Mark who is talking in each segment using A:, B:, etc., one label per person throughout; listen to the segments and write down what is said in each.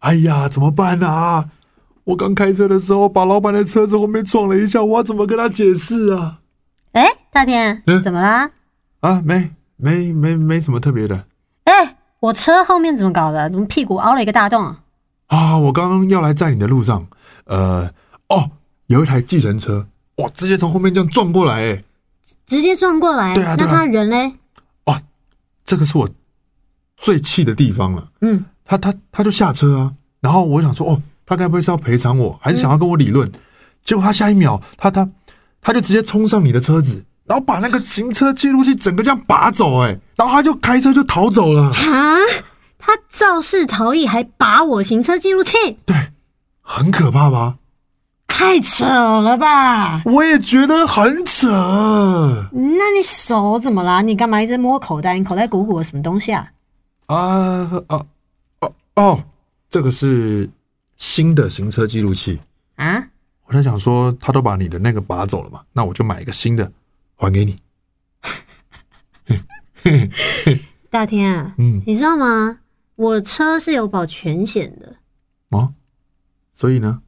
A: 哎呀，怎么办啊？我刚开车的时候把老板的车子后面撞了一下，我要怎么跟他解释啊？
B: 哎，大天
A: 嗯，
B: 怎么啦？
A: 啊，没没没没什么特别的
B: 哎，我车后面怎么搞的？怎么屁股凹了一个大洞啊？
A: 啊。我刚刚要来载你的路上，呃，哦，有一台计程车，哇，直接从后面这样撞过来，哎，
B: 直接撞过来。
A: 对啊对
B: 那
A: 啊
B: 他人嘞？
A: 这个是我最气的地方了。
B: 嗯，
A: 他他他就下车啊，然后我想说，哦，他该不会是要赔偿我，还是想要跟我理论？结果他下一秒，他他他就直接冲上你的车子，然后把那个行车记录器整个这样拔走、哎，然后他就开车就逃走了。
B: 啊，他肇事逃逸还拔我行车记录器，
A: 对，很可怕吧？
B: 太扯了吧？
A: 我也觉得很扯。
B: 那你手怎么啦？你干嘛一直摸口袋？你口袋鼓鼓的什么东西啊？
A: 啊啊哦哦，这个是新的行车记录器。
B: 啊，
A: 我在想说，他都把你的那个拔走了嘛，那我就买一个新的还给你。
B: 大天啊，
A: 嗯，
B: 你知道吗？我车是有保全险的，
A: 哦，所以呢，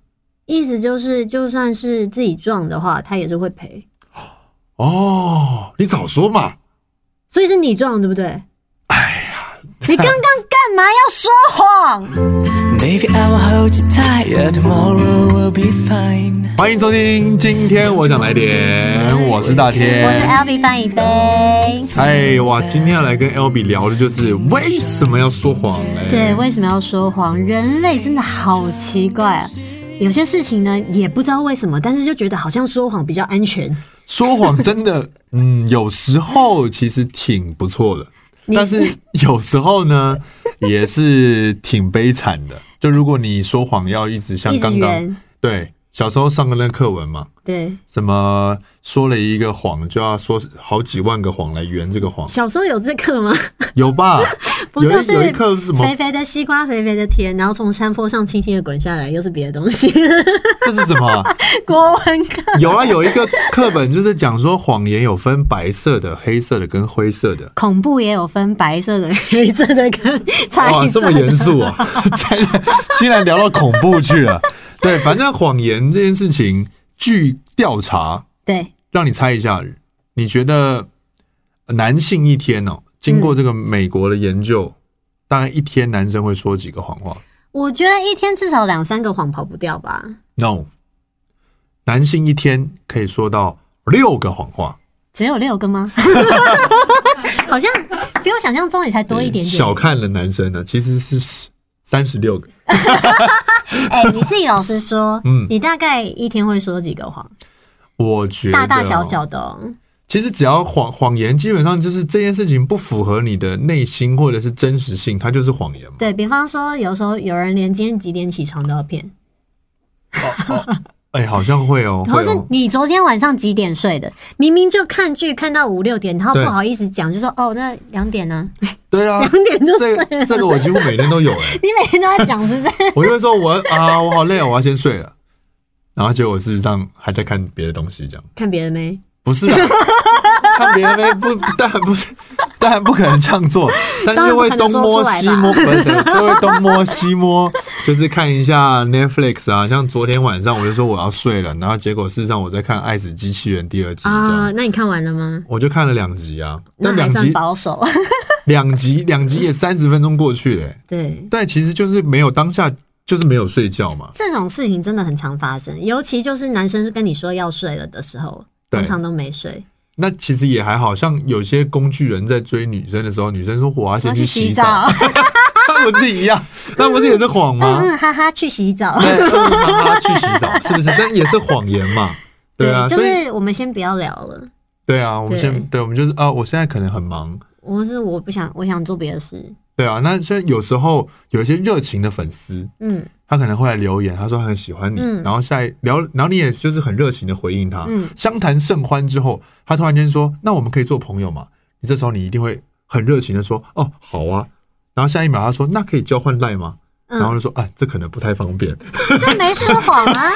B: 意思就是就算是自己撞的话，他也是会赔。
A: 哦，你早说嘛！
B: 所以是你撞对不对？哎呀，你刚刚干嘛要说 谎？
C: Baby, I will hold you tight. Yeah, tomorrow will be fine.
A: 欢迎收听，今天我想来点，我是大
B: 我是
A: 天。
B: LV 范以飞。
A: 哎哇，今天要来跟 L B 聊的就是为什么要说谎嘞？
B: 对，为什么要说谎？人类真的好奇怪啊！有些事情呢，也不知道为什么，但是就觉得好像说谎比较安全。
A: 说谎真 的，嗯，有时候其实挺不错的，
B: 你
A: 但是有时候呢，也是挺悲惨的。就如果你说谎要一直像
B: 一直
A: 刚刚
B: 圆
A: 对小时候上的那课文嘛，
B: 对，
A: 什么说了一个谎就要说好几万个谎来圆这个谎，
B: 小时候有这 课吗？
A: 有吧？
B: 不是
A: 有一有一
B: 是
A: 课是什么
B: 肥肥的西瓜，肥肥的甜，然后从山坡上轻轻的滚下来，又是别的东 西。
A: 这是什么？
B: 国文课
A: 有啊，有一个课本就是讲说谎言有分白色的、黑色的跟灰色的。
B: 恐怖也有分白色的、黑色的跟彩色
A: 哇，
B: 的。
A: 这么严肃 啊！竟然竟然聊到恐怖去了。对，反正谎言这件事情，据调查，
B: 对，
A: 让你猜一下，你觉得男性一天哦，经过这个美国的研究，
B: 嗯
A: 大概一天男生会说几个谎话
B: 我觉得一天至少两三个谎跑不掉吧。
A: ？No，男性一天可以说到六个谎话。
B: 只有六个吗？好像比我想象中也才多一点点。
A: 小看了男生呢，其实是三十六个。
B: 哎、你自己老实说，
A: 嗯
B: 你大概一天会说几个谎？
A: 我觉得
B: 大大小
A: 哦，
B: 小的、哦，
A: 其实只要谎谎言，基本上就是这件事情不符合你的内心或者是真实性，它就是谎言嘛。
B: 对比方说，有时候有人连今天几点起床都要骗，
A: 哎、好像会哦，
B: 或
A: 会
B: 是
A: 哦。
B: 你昨天晚上几点睡的，明明就看剧看到五六点，然后
A: 对
B: 不好意思讲，就说哦，那两点呢、
A: 对啊，
B: 两点就
A: 这
B: 睡
A: 个
B: 了。
A: 这个我几乎每天都有哎、
B: 你每天都在讲，是不是？
A: 我就会说我啊我好累哦，我要先睡了，然后结果事实上还在 看别的东西，这样
B: 看别人没？
A: 不 是啊。看别人呗不，当然不是，当然不可能这样做，但是就会东摸西摸，不是，
B: 啊
A: 都会东摸西摸，就是看一下 Netflix 啊。像昨天晚上我就说我要睡了，然后结果事实上我在看《爱死机器人》第二集，这样、
B: 啊，那你看完了吗？
A: 我就看了两集啊。
B: 那
A: 但
B: 还
A: 两
B: 算
A: 集
B: 保守。
A: 两集两集也三十分钟过去了、欸，
B: 对，
A: 但其实就是没有当下就是没有睡觉嘛。
B: 这种事情真的很常发生，尤其就是男生跟你说要睡了的时候，
A: 对
B: 通常都没睡。
A: 那其实也还好像有些工具人在追女生的时候，女生说我要
B: 我
A: 先
B: 要
A: 去
B: 去
A: 洗
B: 洗
A: 澡，啊
B: 澡，
A: 那不是一样？那不是也是谎吗？
B: 嗯嗯哈哈，去洗澡。
A: 对，让妈妈去洗澡，是不是？但也是谎言嘛，对啊，
B: 就
A: 所以
B: 是我们先不要聊了。
A: 对啊，我们
B: 对
A: 先对，我们就是啊，我现在可能很忙，
B: 我是我不想，我想做别的事。
A: 对啊。那像有时候有一些热情的粉丝，
B: 嗯
A: 他可能会来留言，他说他很喜欢你，
B: 嗯
A: 然后下一聊，然后你也就是很热情的回应他，
B: 嗯
A: 相谈甚欢之后，他突然间说，那我们可以做朋友嘛？你这时候你一定会很热情的说，哦，好啊。然后下一秒他说，那可以交换赖吗？然后
B: 嗯，
A: 就说，哎，这可能不太方便。
B: 这没说谎 啊。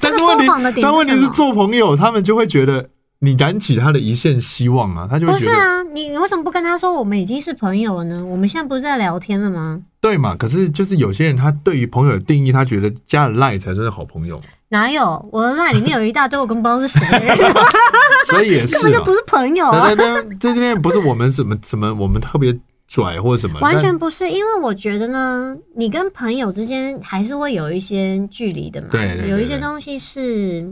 A: 但
B: 个
A: 是
B: 说
A: 问题
B: 谎的，点是
A: 但问题
B: 什
A: 是
B: 么
A: 做朋友，他们就会觉得你燃起他的一线希望啊，他就会
B: 不
A: 觉
B: 是
A: 得，
B: 啊，你你为什么不跟他说我们已经是朋友了呢？我们现在不是在聊天了吗？
A: 对嘛？可是就是有些人他对于朋友的定义，他觉得加了赖才算是好朋 友，
B: 哪有我的那里面有一大堆我跟不知道是谁的 人，
A: 啊所以也是
B: 根本就
A: 嘛
B: 不是朋友啊
A: 在这，边在这边不是我们什么什么我们特别拽或什么，
B: 完全
A: 但
B: 不是。因为我觉得呢，你跟朋友之间还是会有一些距离的嘛，
A: 对对对对
B: 有一些东西是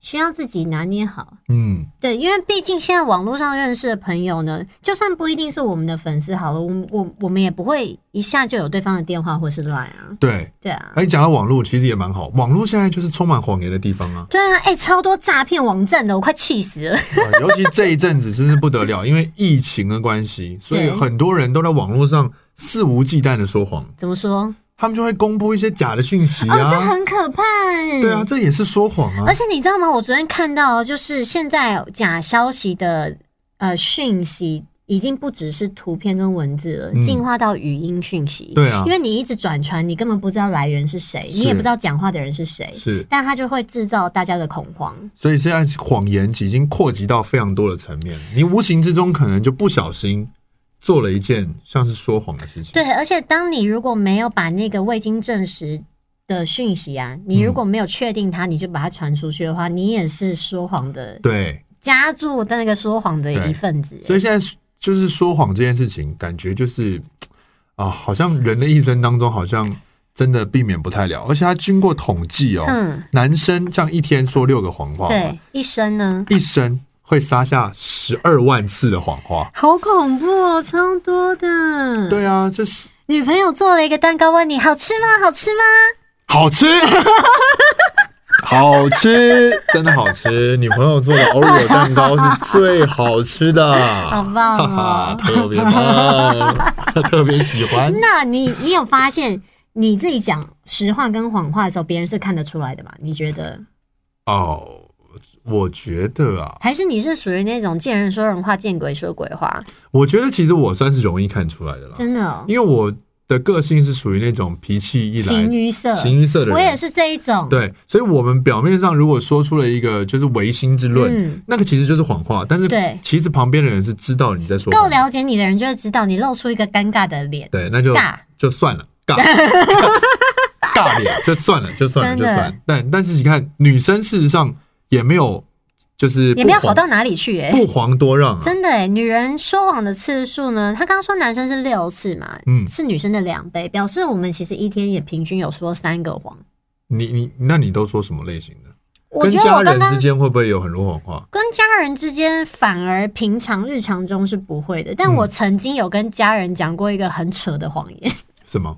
B: 需要自己拿捏好。
A: 嗯
B: 对，因为毕竟现在网络上认识的朋友呢，就算不一定是我们的粉丝好了，我们我我们也不会一下就有对方的电话或是 line 啊，
A: 对。
B: 对啊，。
A: 哎，讲到网络，其实也蛮好，网络现在就是充满谎言的地方啊
B: 对啊，哎、超多诈骗网站的，我快气死了。
A: 哇啊尤其这一阵子真是不得了，因为疫情的关系，所以
B: 对
A: 很多人都在网络上肆无忌惮的说谎，
B: 怎么说？
A: 他们就会公布一些假的讯息
B: 哦，这
A: 啊。
B: 很可怕、哎
A: 对啊，这也是说谎啊
B: 而。且你知道吗？我昨天看到，就是现在假消息的呃讯息。已经不只是图片跟文字了，
A: 嗯
B: 进化到语音讯息。
A: 对啊
B: 因为你一直转传，你根本不知道来源是谁，
A: 是
B: 你也不知道讲话的人是谁，
A: 是，
B: 但它就会制造大家的恐慌。
A: 所以现在谎言已经扩及到非常多的层面，你无形之中可能就不小心做了一件像是说谎的事情。
B: 对，而且当你如果没有把那个未经证实的讯息啊，你如果没有确定它，你就把它传出去的话，你也是说谎的，
A: 嗯对，
B: 加入那个说谎的
A: 对
B: 一份子。
A: 所以现在就是说谎这件事情，感觉就是啊，好像人的一生当中，好像真的避免不太了。而且他经过统计哦，
B: 嗯
A: 男生这样一天说六个谎话，
B: 对，一生呢？
A: 一生会撒下十二万次的谎话。
B: 好恐怖哦，超多的。，
A: 对啊，这是
B: 女朋友做了一个蛋糕，问你好吃吗？好吃吗？
A: 好 吃。好吃，真的好吃！女朋友做的 Oreo 蛋糕是最好吃的，
B: 好棒
A: 哈哈，
B: 哦！
A: 特别棒，特别喜 欢。
B: 那你你有发现你自己讲实话跟谎话的时候，别人是看得出来的吗？你觉得？
A: 哦，我觉得啊，
B: 还是你是属于那种见人说人话，见鬼说鬼话？
A: 我觉得其实我算是容易看出来的啦，
B: 真的、哦，
A: 因为我的个性是属于那种脾气一来
B: 形于色。
A: 形于色的人，
B: 我也是这一种。
A: 对，所以我们表面上如果说出了一个就是违心之论，
B: 嗯
A: 那个其实就是谎话，但是
B: 对
A: 其实旁边的人是知道你在说
B: 够
A: 谎，
B: 了解你的人就会知道，你露出一个尴尬的脸。
A: 对，那就
B: 尬
A: 就算了， 尬尬脸就算了，就算了，就
B: 真的
A: 算了。但但是你看，女生事实上也没有就是
B: 也没有
A: 不
B: 好
A: 遑
B: 到哪里去哎、
A: 不遑多让啊，
B: 真的哎、女人说谎的次数呢？她刚刚说男生是六次嘛，
A: 嗯
B: 是女生的两倍，表示我们其实一天也平均有说三个谎。
A: 你你那你都说什么类型的？
B: 我
A: 跟
B: 觉得
A: 家
B: 我刚
A: 人
B: 刚
A: 之间会不会有很多谎话？
B: 跟家人之间反而平常日常中是不会的，
A: 嗯
B: 但我曾经有跟家人讲过一个很扯的谎言，
A: 什么？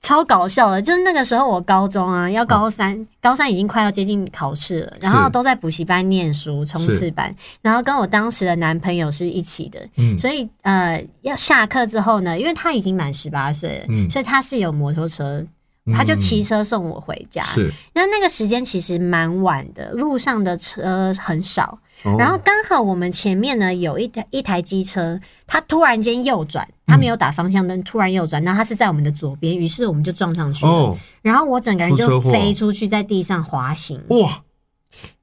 B: 超搞笑的。就是那个时候我高中啊，要
A: 哦
B: 高三，高三已经快要接近考试了，然后都在补习班念书冲刺班，然后跟我当时的男朋友是一起的，
A: 嗯，
B: 所以呃，要下课之后呢，因为他已经满十八岁了，
A: 嗯
B: 所以他是有摩托车，他就骑车送我回家。
A: 是，
B: 那那个时间其实蛮晚的，路上的车很少。
A: 哦
B: 然后刚好我们前面呢有一台一台机车，它突然间右转，它没有打方向灯，突然右转，然后它是在我们的左边，于是我们就撞上去了。
A: 哦
B: 然后我整个人
A: 出
B: 就
A: 车祸
B: 飞出去，在地上滑行。
A: 哇，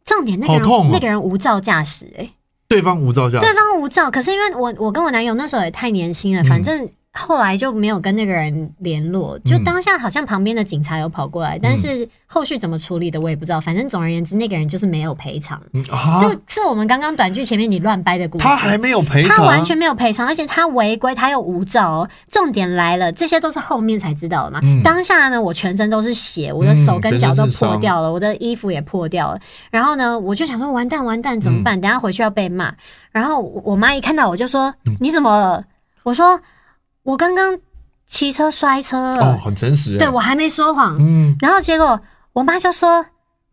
B: 重点那个人、
A: 好痛哦
B: 那个人无照驾驶、欸，
A: 对啊嗯方无照驾
B: 对
A: 驶，
B: 方无照，可是因为我我跟我男友那时候也太年轻了，反正后来就没有跟那个人联
A: 嗯
B: 络。就当下好像旁边的警察有跑过来，但是后续怎么处理的我也不知道。反正总而言之，那个人就是没有赔偿。
A: 嗯啊，
B: 这是我们刚刚短剧前面你乱掰的故事。
A: 他还没有赔偿，
B: 他完全没有赔偿，而且他违规，他又无照、哦。重点来了，这些都是后面才知道的嘛。
A: 嗯
B: 当下呢，我全身都是血，我的手跟脚都
A: 全身是伤
B: 破掉了，我的衣服也破掉了。然后呢，我就想说，完蛋完蛋，
A: 嗯
B: 怎么办？等一下回去要被骂。然后我我妈一看到我就说：“
A: 嗯
B: 你怎么了？”我说：“我刚刚骑车摔车了。
A: 哦，很诚实欸，
B: 对我还没说谎。
A: 嗯，
B: 然后结果我妈就说：“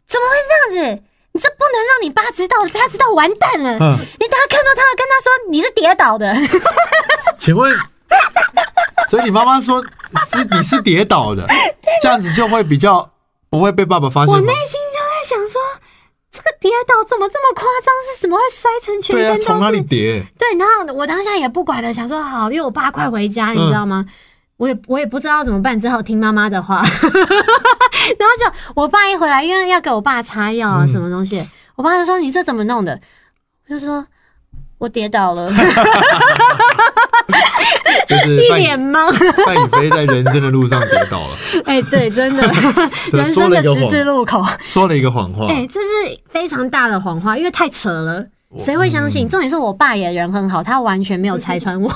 B: 怎么会这样子？你这不能让你爸知道，你爸知道完蛋了。
A: 嗯
B: 你等他看到他，跟他说你是跌 倒的。
A: 请问，所以你妈妈说是你是跌倒的，这样子就会比较不会被爸爸发现
B: 我
A: 吗
B: 内？心就在想说，这个跌倒怎么这么夸张？是什么会摔成全
A: 对啊，
B: 身
A: 从
B: 都
A: 哪
B: 是？
A: 里跌？
B: 对，然后我当下也不管了，想说好，因为我爸快回家，
A: 嗯
B: 你知道吗？我也我也不知道怎么办，只好听妈妈的话。然 后就我爸一回来，因为要给我爸擦药
A: 嗯
B: 啊，什么东西，我爸就说你这怎 么弄的？我就说我跌倒了。
A: 就是
B: 一
A: 范
B: 脸懵。
A: 范宇飞在人生的路上跌倒了，
B: 哎、对，真的， 人
A: 说
B: 生
A: 了
B: 的
A: 一个
B: 十字路口。
A: 说了一个谎话。
B: 哎、这是非常大的谎话，因为太扯了，谁会相
A: 嗯
B: 信？重点是我爸也人很好，他完全没有拆穿我。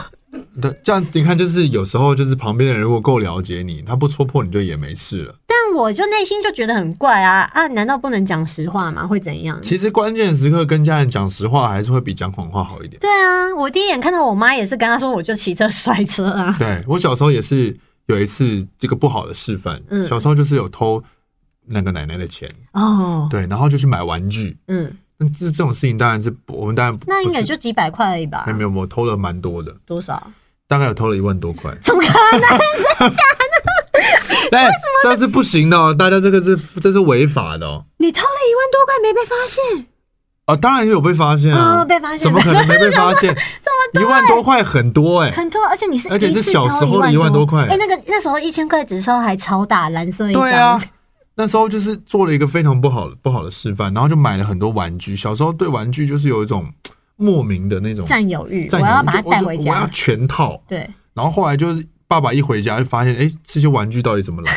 A: 对，这样你看，就是有时候就是旁边的人如果够了解你，他不戳破你就也没事了。
B: 但我就内心就觉得很怪啊啊！难道不能讲实话吗？会怎样？
A: 其实关键时刻跟家人讲实话，还是会比讲谎话好一点。
B: 对啊，我第一眼看到我妈也是跟她说，我就骑车摔车啊。
A: 对我小时候也是有一次这个不好的示范，
B: 嗯
A: 小时候就是有偷那个奶奶的钱，
B: 哦，
A: 对，然后就去买玩具。
B: 嗯，
A: 那这这种事情当然是不我们当然不
B: 那应该
A: 不是
B: 就几百块而已吧
A: 没有？没有，我偷了蛮多的，
B: 多少？
A: 大概有偷了一万多 块。
B: 怎么可能？
A: 哎，这是不行的哦，大家这个是这是违法的哦。
B: 你偷了一万多块没被发现？
A: 啊，当然也有被发现啊，
B: 哦被发现
A: 怎么可能没被发 现？一万多块很多哎、
B: 很多，而且你是
A: 而且是
B: 一次
A: 小
B: 偷
A: 时候的
B: 1
A: 1万多块
B: 哎、那个那时候一千块纸钞还超大，蓝色一张。
A: 对啊， 那时候就是做了一个非常不好不好的示范，然后就买了很多玩具。小时候对玩具就是有一种嘖莫名的那种
B: 占有欲，
A: 占
B: 我要
A: 有欲
B: 把它
A: 就
B: 带回
A: 我就我要
B: 家。
A: 全套。
B: 对，
A: 然后后来就是爸爸一回家就发现，哎、这些玩具到底怎 么来？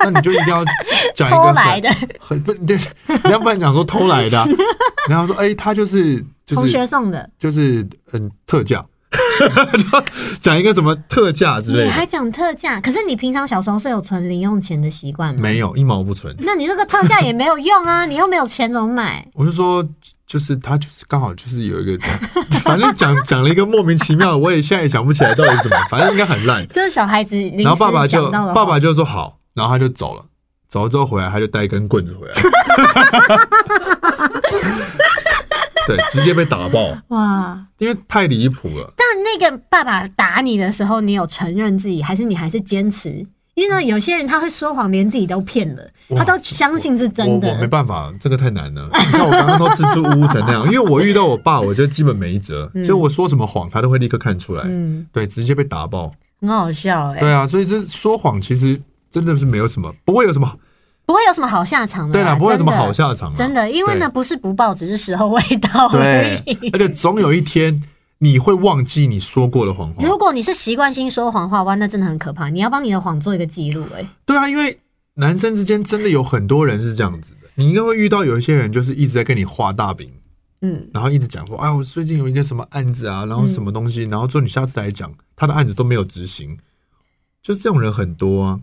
A: 那你就一定要讲一个
B: 偷
A: 很
B: 来的，
A: 很不，对，你要不然讲说偷来 的啊、然后说，哎、他就是就是
B: 同学送的。
A: 就是嗯特价， 就讲一个什么特价之类
B: 你还
A: 的，
B: 讲特价？可是你平常小时候是有存零用钱的习惯吗？
A: 没有一毛不存。
B: 那你这个特价也没有 用啊，你又没有钱怎么买？
A: 我就说，就是他就是刚好就是有一个， 反正讲讲了一个莫名其妙的，我也现在也想不起来到底是怎么，反正应该很烂。
B: 就是小孩子临
A: 然后爸爸
B: 时
A: 就
B: 想到的话
A: 爸爸就说好，然后他就走了，走了之后回来他就带一根棍子回来，对，直接被打爆，
B: 哇！
A: 因为太离谱了。
B: 但那个爸爸打你的时候，你有承认自己，还是你还是坚持？因为呢，有些人他会说谎，连自己都骗了，
A: 嗯哇
B: 他都相信是真
A: 我我没
B: 的。
A: 办法，这个太难了。你看我刚刚都支支吾吾成那样，因为我遇到我爸，我就基本没辙，就我说什么谎，他都会立刻看出来，
B: 嗯，
A: 对，直接被打爆。
B: 很好笑哎、
A: 对啊，所以这说谎其实真的是没有什么，不会有什么，
B: 不会有什么好下场的啦。啊
A: 对啦，不会有什么
B: 嗯哎真的
A: 好下场啊。
B: 真的，因为呢，
A: 对，
B: 不是不报，只是时候未到而
A: 对
B: 已。，
A: 而且总有一天你会忘记你说过的谎话。
B: 如果你是习惯性说谎话，哇，那真的很可怕。你要帮你的谎做一个记录，哎，
A: 对啊，因为男生之间真的有很多人是这样子的，你应该会遇到有一些人就是一直在跟你画大饼，
B: 嗯，
A: 然后一直讲说，哎，我最近有一个什么案子啊，然后什么东西，然后说你下次来讲，他的案子都没有执行，就这种人很多啊。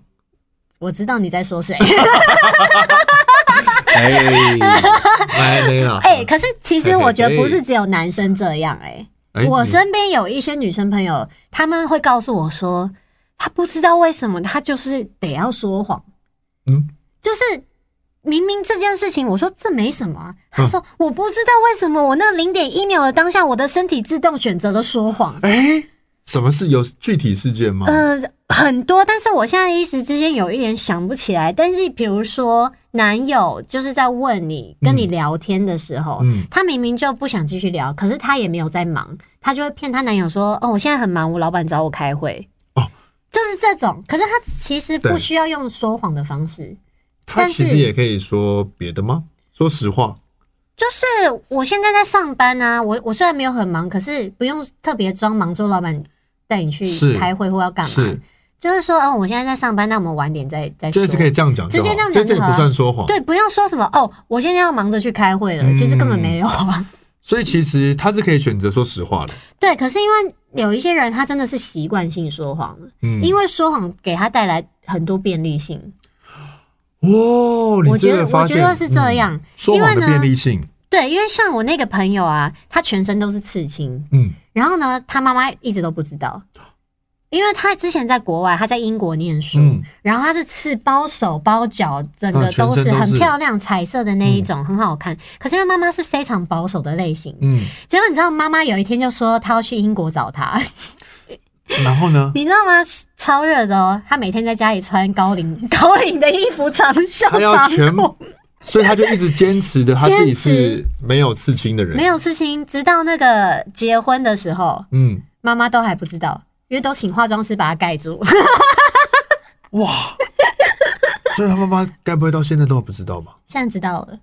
B: 我知道你在说谁。
A: 哎， 哎，没啦，
B: 哎、可是其实我觉得
A: 嘿嘿嘿
B: 不是只有男生这样、哎。
A: 哎
B: 我
A: 你
B: 身边有一些女生朋友，她们会告诉我说，她不知道为什么，她就是得要说谎。
A: 嗯，
B: 就是明明这件事情，我说这没什么、啊，
A: 嗯
B: 她说、我不知道为什么，我那零点一秒的当下，我的身体自动选择了说谎。
A: 哎，什么事有具体事件吗？
B: 呃，很多，但是我现在一时之间有一点想不起来。但是比如说，男友就是在问你、跟你聊天的时候，
A: 嗯
B: 他明明就不想继续聊，可是他也没有在忙，他就会骗她男友说：“哦，我现在很忙，我老板找我开会。”
A: 哦，
B: 就是这种。可是他其实不
A: 对
B: 需要用说谎的方式，
A: 他
B: 但是
A: 其实也可以说别的吗？说实话，
B: 就是我现在在上班啊，我我虽然没有很忙，可是不用特别装忙，说老板带你去
A: 是
B: 开会或要干嘛
A: 是。
B: 就是说，哦，我现在在上班，那我们晚点再再说。
A: 这是可以这样讲就好，
B: 直接这样讲
A: 所以这也
B: 就好啊
A: 不算说谎。
B: 对，不要说什么哦，我现在要忙着去开会了，
A: 嗯
B: 其实根本没有 啊。
A: 所以其实他是可以选择说实话的。
B: 对，可是因为有一些人他真的是习惯性说谎了，
A: 嗯，
B: 因为说谎给他带来很多便利性。
A: 哦，你
B: 我觉
A: 这
B: 得
A: 个发
B: 我觉
A: 现
B: 得是这样
A: 嗯说谎
B: 因
A: 的
B: 为呢
A: 便利性。
B: 对，因为像我那个朋友啊，他全身都是刺青，
A: 嗯，
B: 然后呢，他妈妈一直都不知道，因为他之前在国外，他在英国念书，
A: 嗯
B: 然后他是刺包手包脚，整个
A: 嗯全
B: 都
A: 身
B: 是
A: 都
B: 很
A: 是
B: 漂亮彩色的那一种，很好看。可是因为妈妈是非常保守的类型，
A: 嗯，
B: 结果你知道，妈妈有一天就说她 要去英国找他，
A: 然后呢？
B: 你知道吗？超热的哦，她每天在家里穿高领 高领的衣服、长袖
A: 他要
B: 长
A: 全
B: 裤，，
A: 所以他就一直坚持的，他自己
B: 坚
A: 是没有刺青的人，
B: 没有事情。直到那个结婚的时候，
A: 嗯，
B: 妈妈都还不知道，因为都请化妆师把她盖住。
A: 哇，所以他妈妈该不会到现在都不知道吧？
B: 现在知道了，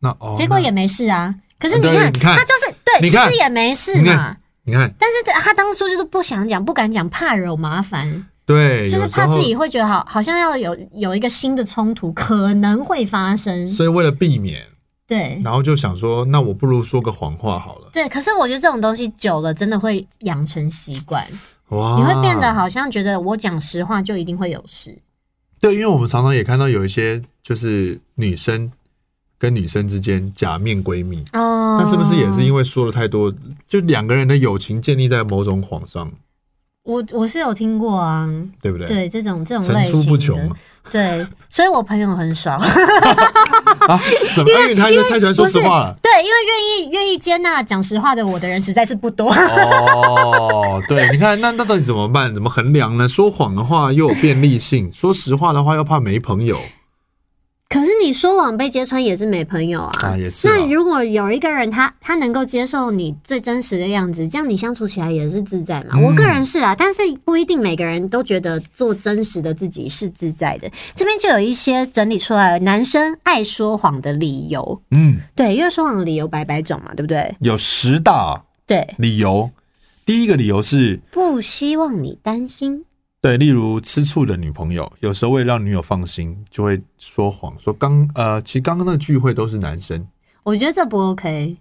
A: 那哦，
B: 结果
A: 那
B: 也没事啊。可是你
A: 对
B: 看，
A: 你看
B: 她就是对，
A: 你
B: 其
A: 看
B: 实也没事
A: 你
B: 嘛
A: 看。你看，
B: 但是他当初就是不想讲，不敢讲，怕惹麻烦，
A: 对，
B: 就
A: 哎
B: 是
A: 有时
B: 怕
A: 候
B: 自己会觉得好，好像要有有一个新的冲突可能会发生。
A: 所以为了避免，
B: 对
A: 然后就想说，那我不如说个谎话好了。
B: 对，可是我觉得这种东西久了真的会养成习惯，
A: 哇，
B: 你会
A: 啊
B: 变得好像觉得我讲实话就一定会有事。
A: 对，因为我们常常也看到有一些就是女生跟女生之间假面闺蜜，
B: 哦
A: 那是不是也是因为说了太多，就两个人的友情建立在某种谎上，
B: 我我是有听过啊，
A: 对不对？
B: 对这种这种类
A: 层出
B: 型
A: 不穷
B: 的
A: 嘛，
B: 对，所以我朋友很少。
A: 啊！什么？因为他太喜欢说实话了。
B: 对，因为愿意愿意接纳讲实话的我的人实在是不多。
A: 哦，对，你看，那那到底怎么办？怎么衡量呢？说谎的话又有便利性，说实话的话又怕没朋友
B: 可是你说谎被揭穿也是没朋友啊。
A: 啊，也是、啊。
B: 那如果有一个人他他能够接受你最真实的样子，这样你相处起来也是自在嘛？
A: 嗯
B: 我个人是啊，但是不一定每个人都觉得做真实的自己是自在的。这边就有一些整理出来了男生爱说谎的理由，
A: 嗯，
B: 对，因为说谎的理由百百种嘛，对不对？
A: 有十大
B: 对，
A: 理由。第一个理由是
B: 不希望你担心。
A: 对，例如吃醋的女朋友，有时候为了让女友放心，就会说谎，说刚呃，其实刚刚那个聚会都是男生，
B: 我觉得这不 OK，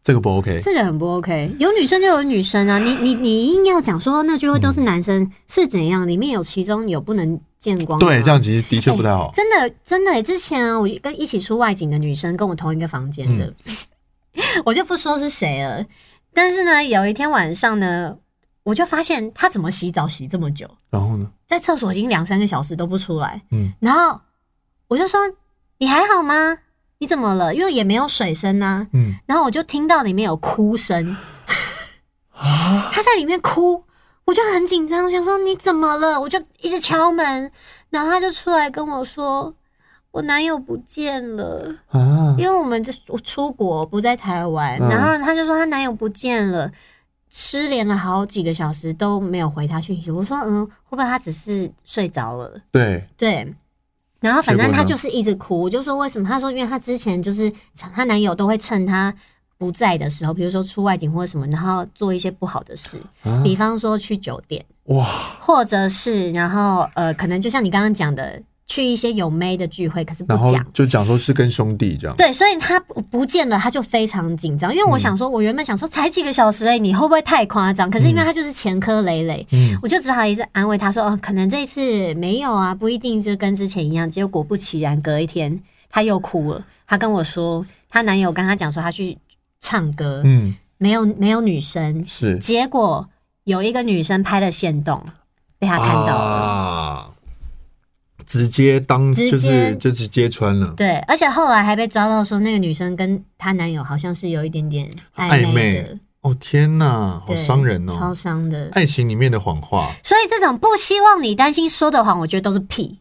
A: 这个不 OK。
B: 这个很不 OK。有女生就有女生啊，你你你硬要讲说那聚会都是男生、是怎样？里面有其中有不能见光的吗，
A: 啊
B: 啊
A: 对，这样其实的确不太好。
B: 真的真的耶，之前啊，我跟一起出外景的女生跟我同一个房间的，
A: 嗯
B: 我就不说是谁了。但是呢，有一天晚上呢，我就发现她怎么洗澡洗这么久，
A: 然后呢？
B: 在厕所已经两三个小时都不出来。
A: 嗯，
B: 然后我就说：“你还好吗？你怎么了？”因为也没有水声啊呐、
A: 嗯，
B: 然后我就听到里面有哭声，
A: 啊
B: 他在里面哭，我就很紧张，想说你怎么了？我就一直敲门，然后他就出来跟我说。我男友不见了，
A: 啊，
B: 因为我们这我出国不在台湾，
A: 嗯
B: 然后他就说他男友不见了，失联了好几个小时都没有回他讯息。我说嗯，会不会他只是睡着了？
A: 对，
B: 对。然后反
A: 结
B: 正
A: 果呢
B: 她就是一直哭，我就说为什么？她说因为她之前就是她男友都会趁她不在的时候，比如说出外景或者什么，然后做一些不好的事，
A: 啊
B: 比方说去酒店，
A: 哇，
B: 或者是然后呃，可能就像你刚刚讲的，去一些有妹的聚会，可是不
A: 然后
B: 讲。
A: 就讲说是跟兄弟这样。
B: 对，所以她不不见了，她就非常紧张。因为我想说，我原本想说才几个小时哎、你会不会太夸张？可是因为她就是前科累累，
A: 嗯，
B: 我就只好一直安慰他说：“哦，可能这次没有啊，不一定就跟之前一样。”结果果不其然，隔一天她又哭了。她跟我说，她男友跟她讲说，她去唱歌，
A: 嗯，
B: 没有没有女生，
A: 是
B: 结果有一个女生拍了线动，被她看到了。
A: 啊，直接当
B: 直接
A: 就是就直接穿了。
B: 对，而且后来还被抓到说，那个女生跟她男友好像是有一点点
A: 暧
B: 暧昧
A: 昧
B: 的，
A: 哦天哪，好
B: 对
A: 伤人
B: 超
A: 哦！
B: 伤的。
A: 爱情里面的谎话，
B: 所以这种不希望你担心说的谎，我觉得都是屁。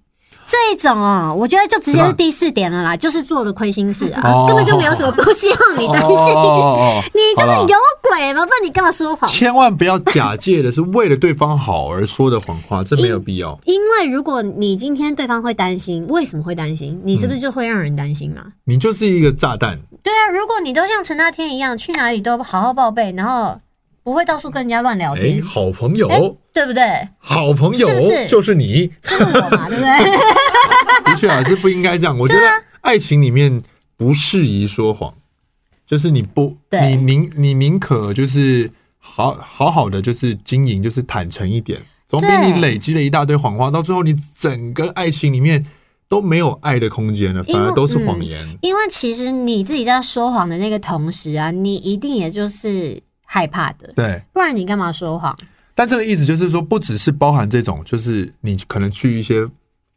B: 这种哦，我觉得就直接是第四点了啦，就是做了亏心事啊，
A: 哦
B: 根本就没有什么不希望你担心。
A: 哦哦
B: 你就是
A: 好啦
B: 有鬼嘛，不然你干嘛说谎？
A: 千万不要假借的是为了对方好而说的谎话，这没有必要。
B: 因为如果你今天对方会担心，为什么会担心？你是不是就会让人担心嘛？
A: 你就是一个炸弹，
B: 对啊，如果你都像陈大天一样，去哪里都好好报备，然后不会到处跟人家乱聊
A: 哎，
B: 天，
A: 好朋
B: 哎
A: 友，
B: 对不对？
A: 好朋友
B: 是不是
A: 就是你。
B: 这是我嘛，对不对？
A: 的确啊，是不应该这样。我觉得
B: 啊
A: 爱情里面不适宜说谎，就是你不，你
B: 对
A: 宁你宁可就是好好好的就是经营，就是坦诚一点，总比
B: 对
A: 你累积了一大堆谎话，到最后你整个爱情里面都没有爱的空间了，
B: 因
A: 反
B: 为嗯
A: 而都是谎言。
B: 因为其实你自己在说谎的那个同时啊，你一定也就是害怕的，
A: 对，
B: 不然你干嘛说谎？
A: 但这个意思就是说，不只是包含这种，就是你可能去一些。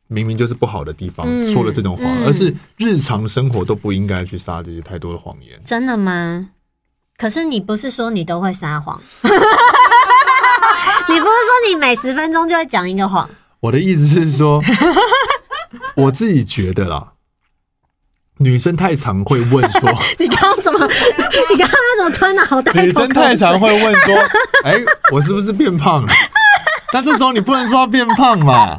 A: 明明就是不好的地方，
B: 嗯
A: 说了这种话，
B: 嗯
A: 而是日常生活都不应该去撒这些太多的谎言。
B: 真的吗？可是你不是说你都会撒谎？ 你不是说你每十分钟就会讲一个谎？
A: 我的意思是说，我自己觉得啦，女生太常会问说，
B: 你刚刚怎 么？你刚刚怎么吞了好大一
A: 女
B: 口
A: 生
B: 口
A: 太常
B: 水？
A: 会问说，哎、我是不是变胖了？但这时候你不能说她变胖嘛，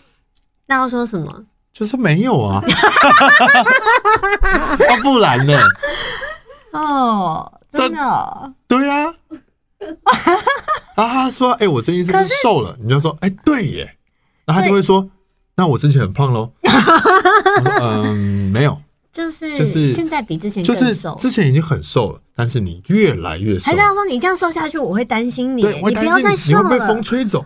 B: 那要说什么？
A: 就说没有啊，那、不然呢？
B: 哦，
A: 这
B: 真的哦、
A: 对啊，然后他说：“哎、我最近是不是瘦了？”你就说：“哎、对耶。”然后他就会说：“那我之前很胖喽。”我说嗯，没有，
B: 就是
A: 就是
B: 现在比之前
A: 就
B: 更
A: 是
B: 瘦。
A: 之前已经很瘦了，但是你越来越瘦
B: 还是，要说你这样瘦下去，我会担心你，
A: 对，我
B: 你不
A: 担
B: 要
A: 心
B: 再
A: 你
B: 瘦
A: 会被风
B: 了。
A: 吹 走。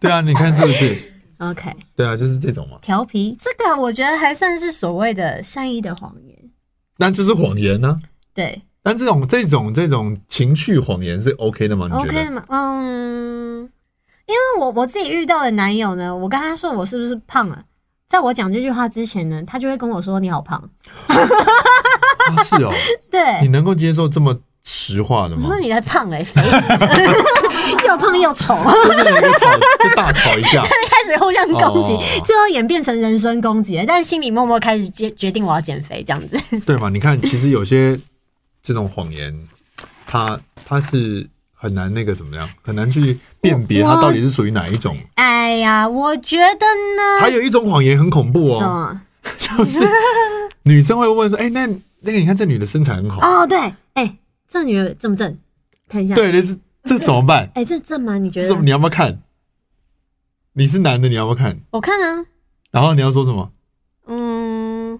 A: 对啊，你看是不是？
B: OK，
A: 对啊，就是这种嘛，
B: 调皮，这个我觉得还算是所谓的善意的谎言。
A: 那就是谎言呢、
B: 对
A: 但这种这种这种情绪谎言是 OK 的吗？你觉
B: ，OK
A: 得？
B: 的嘛，嗯，因为我我自己遇到的男友呢，我跟他说我是不是胖了，在我讲这句话之前呢，他就会跟我说你好胖。
A: 啊是 哦，你
B: 对，
A: 能够接受这么实话的
B: 我
A: 吗
B: 说？你才胖嘞、肥死了， 又胖又丑，
A: 真的有一个吵，就大吵一 架。
B: 开始互相攻击
A: 哦
B: 最后演变成人身攻击了，但是心里默默开始决决定我要减肥这样 子。
A: 对嘛？你看，其实有些这种谎言，它它是很难那个怎么样，很难去辨别
B: 我
A: 它到底是属于哪一种。
B: 哎呀，我觉得 呢，
A: 还有一种谎言很恐怖
B: 什
A: 哦，
B: 么？
A: 就是女生会问说：“哎、那那个你看这女的身材很好，
B: 哦，对，哎，这女的正不正？看一下，，
A: 对，那是这怎么办？
B: 哎，这正吗？你觉
A: 这
B: 得
A: 怎么？你要不要看？你是男的，你要不要看？
B: 我看啊，
A: 然后你要说什么？
B: 嗯，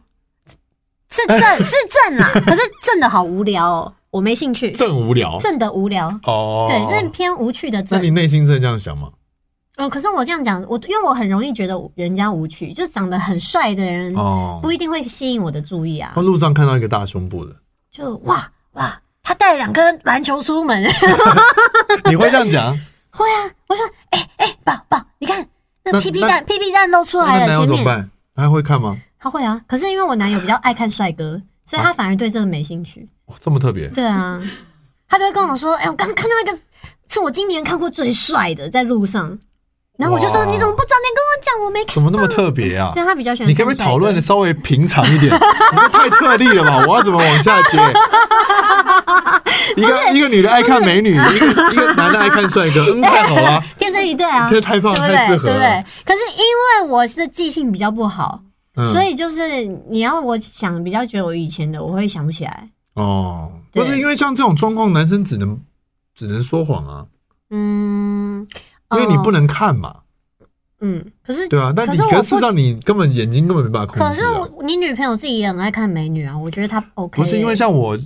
B: 是正，是正啦，可是正的好无聊哦，我没兴趣，
A: 正无聊
B: 正的无聊，
A: 哦。
B: 对，这是偏无趣的
A: 那你
B: 正。
A: 内心真的这样想吗？
B: 嗯，可是我这样讲，我因为我很容易觉得人家无趣，就长得很帅的人
A: 哦，
B: 嗯不一定会吸引我的注意啊
A: 那。路上看到一个大胸部的，
B: 就哇哇，他带两颗篮球出门，
A: 你会这样讲？
B: 会啊！我说，哎、哎、宝宝，你看那
A: 那
B: 屁屁
A: 那
B: 蛋，屁屁蛋露出
A: 那
B: 来
A: 男
B: 了，
A: 友
B: 啊前
A: 怎么
B: 面
A: 办？他会看吗？
B: 他会啊。可是因为我男友比较爱看帅哥，所以
A: 啊
B: 他反而对这个没兴趣。
A: 哇，这么特别。
B: 对啊，他就会跟 我说，哎、我刚刚看到一个是我今年看过最帅的，在路上。然后我就说，
A: 哇
B: 你怎么不早点跟我讲？我没看。
A: 怎么那么特别啊？
B: 对他比较喜欢
A: 你可不可以
B: 看帅哥
A: 讨论的稍微平常 一点？你这太特例了吧？我要怎么往下接？一个一个女的爱看美女，一个一个男的爱看帅哥，嗯，太好 了，
B: 天生一 对啊？
A: 这太棒，
B: 对不
A: 太适
B: 对？对
A: 合
B: 不
A: 了
B: 对。？可是因为我是记性比较不好，
A: 嗯
B: 所以就是你要我想比较久以前的，我会想不起来。
A: 哦，
B: 对
A: 不是因为像这种状况，男生只能只能说谎啊，
B: 嗯，
A: 因为你不能
B: 能，
A: 看嘛，
B: 嗯，可是
A: 对啊。但你
B: 可是
A: 可
B: 我
A: 是事实上你根本眼睛根本没办法控
B: 可
A: 制
B: 是
A: 啊。
B: 我你女朋友自己也很爱看美女啊，我觉得她 OK 耶。
A: 不是因为像我，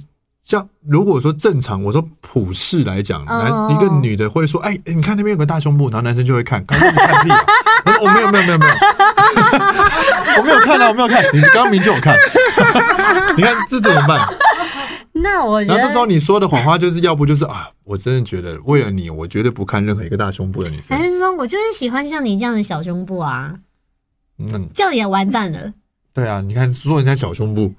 A: 像如果说正常，我说普世来讲，男、
B: 哦
A: 一个女的会说，哎、哎你看那边有个大胸部，然后男生就会看，刚刚你看屁啊！我说我没有没有没有没有， 我没有看啊，我没有看，你刚刚明就有看， 你看这怎么办？
B: 那我觉
A: 然后这时候
B: 得，
A: 你说的谎话就是，要不就是啊，我真的觉得为了你，我绝对不看任何一个大胸部的女生
B: 男，生说我就是喜欢像你这样的小胸部啊，
A: 那、嗯、
B: 这样也完蛋了，
A: 对啊，你看说人家小胸部，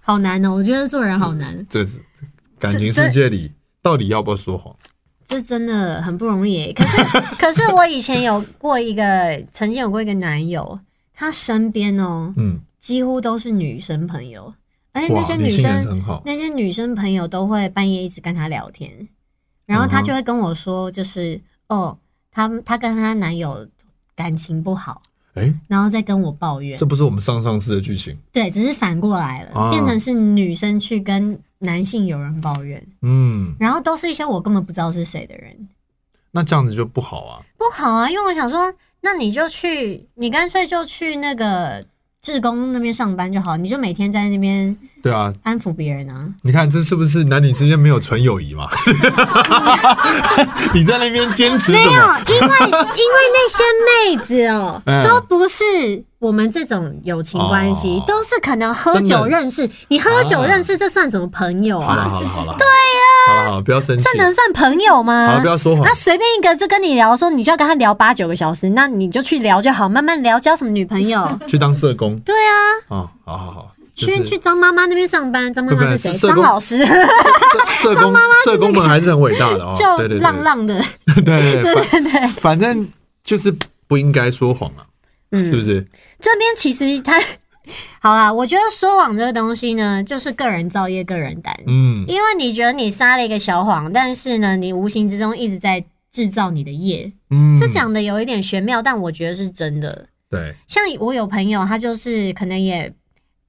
B: 好难哦。我觉得做人好难，
A: 这是感情世界里到底要不要说谎？
B: 这真的很不容易耶。可 是可是我以前有过一个，曾经有过一个男友，他身边哦
A: 嗯，
B: 几乎都是女生朋友，而哎且那
A: 哇，
B: 些
A: 你
B: 女
A: 心眼
B: 生
A: 真好，
B: 那些女生朋友都会半夜一直跟他聊天，然后
A: 嗯
B: 他就会跟我说，就是、哦，她她跟她男友感情不好，
A: 哎、
B: 然后再跟我抱怨
A: 这，不是我们上上次的剧情。
B: 对，只是反过来了，
A: 啊
B: 变成是女生去跟男性友人抱怨，
A: 嗯，
B: 然后都是一些我根本不知道是谁的人，
A: 那这样子就不好啊。
B: 不好啊，因为我想说，那你就去，你干脆就去那个志工那边上班就好，你就每天在那边
A: 对啊，
B: 安抚别人啊，
A: 你看这是不是男女之间没有纯友谊嘛？ 你在那边坚持
B: 没
A: 什
B: 有，
A: 么？
B: 因为因为那些妹子哦、
A: 嗯
B: 都不是我们这种友情关系，
A: 哦
B: 都是可能喝
A: 真
B: 酒
A: 的
B: 认识。你喝酒
A: 啊
B: 认识，这算什么朋友
A: 好了
B: 啊？
A: 好了好了，对呀、好了好了，不要生气
B: 这。能算朋友
A: 好
B: 吗
A: 了，不？要说谎？
B: 他。随便一个就跟你聊说，你就要跟他聊八九个小时，那你就去聊就好，慢慢聊，交什么女朋友
A: 去当社工
B: 对啊，
A: 啊、好好好，就
B: 去
A: 是
B: 去张妈妈那边上班，张妈
A: 不
B: 妈
A: 不
B: 是谁？
A: 是社
B: 张
A: 工
B: 老师，
A: 社社工社工们还是很伟大的哦。
B: 就
A: 对对对，
B: 浪浪的，
A: 对对对反反正就是不应该说谎啊，
B: 嗯
A: 是不是？
B: 这边其实他 好啦，我觉得说谎这个东西呢，就是个人造业，个人担。
A: 嗯，
B: 因为你觉得你撒了一个小谎，但是呢，你无形之中一直在制造你的业。
A: 嗯，
B: 这讲的有一点玄妙，但我觉得是真的。
A: 对，
B: 像我有朋友，他就是可能也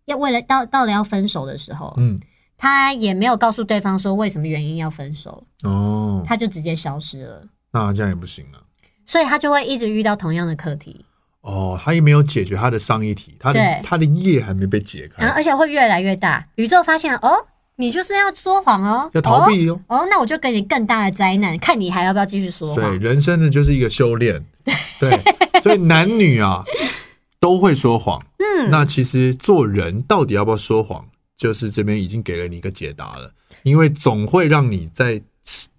B: 要为了到到了要分手的时候，
A: 嗯
B: 他也没有告诉对方说为什么原因要分手，
A: 哦，
B: 他就直接消失了，
A: 那这样也不行啊。
B: 所以他就会一直遇到同样的课题，
A: 哦，他也没有解决他的上一题，他的
B: 对
A: 他的业还没被解
B: 然后
A: 开，
B: 而且会越来越大。宇宙发现了哦，你就是要说谎哦，
A: 要逃避哦。
B: 哦，哦那我就给你更大的灾难，看你还要不要继续说
A: 所以
B: 谎。
A: 人生呢就是一个修炼，对，所以男女啊都会说谎。嗯，那其实做人到底要不要说谎，就是这边已经给了你一个解答了，因为总会让你在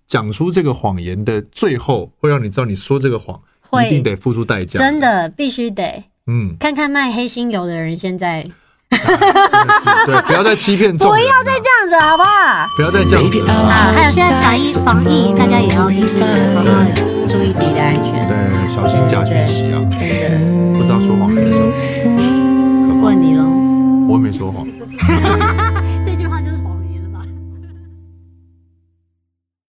A: 讲出这个谎言的最后，会让你知道你说这个谎
B: 会
A: 一定得付出代价。
B: 真，的必须得
A: 嗯，
B: 看看卖黑心油的人现在
A: 真的是对，不要再欺骗众人了，不要再
B: 这样子好不好？
A: 不要再这样子了啊。
B: 啊，还有现在防疫防疫，大家也要就是好好注意自己的安全。
A: 对，小心假讯息啊，
B: 真的，
A: 不知道说谎的人，
B: 问你喽。
A: 我没说谎。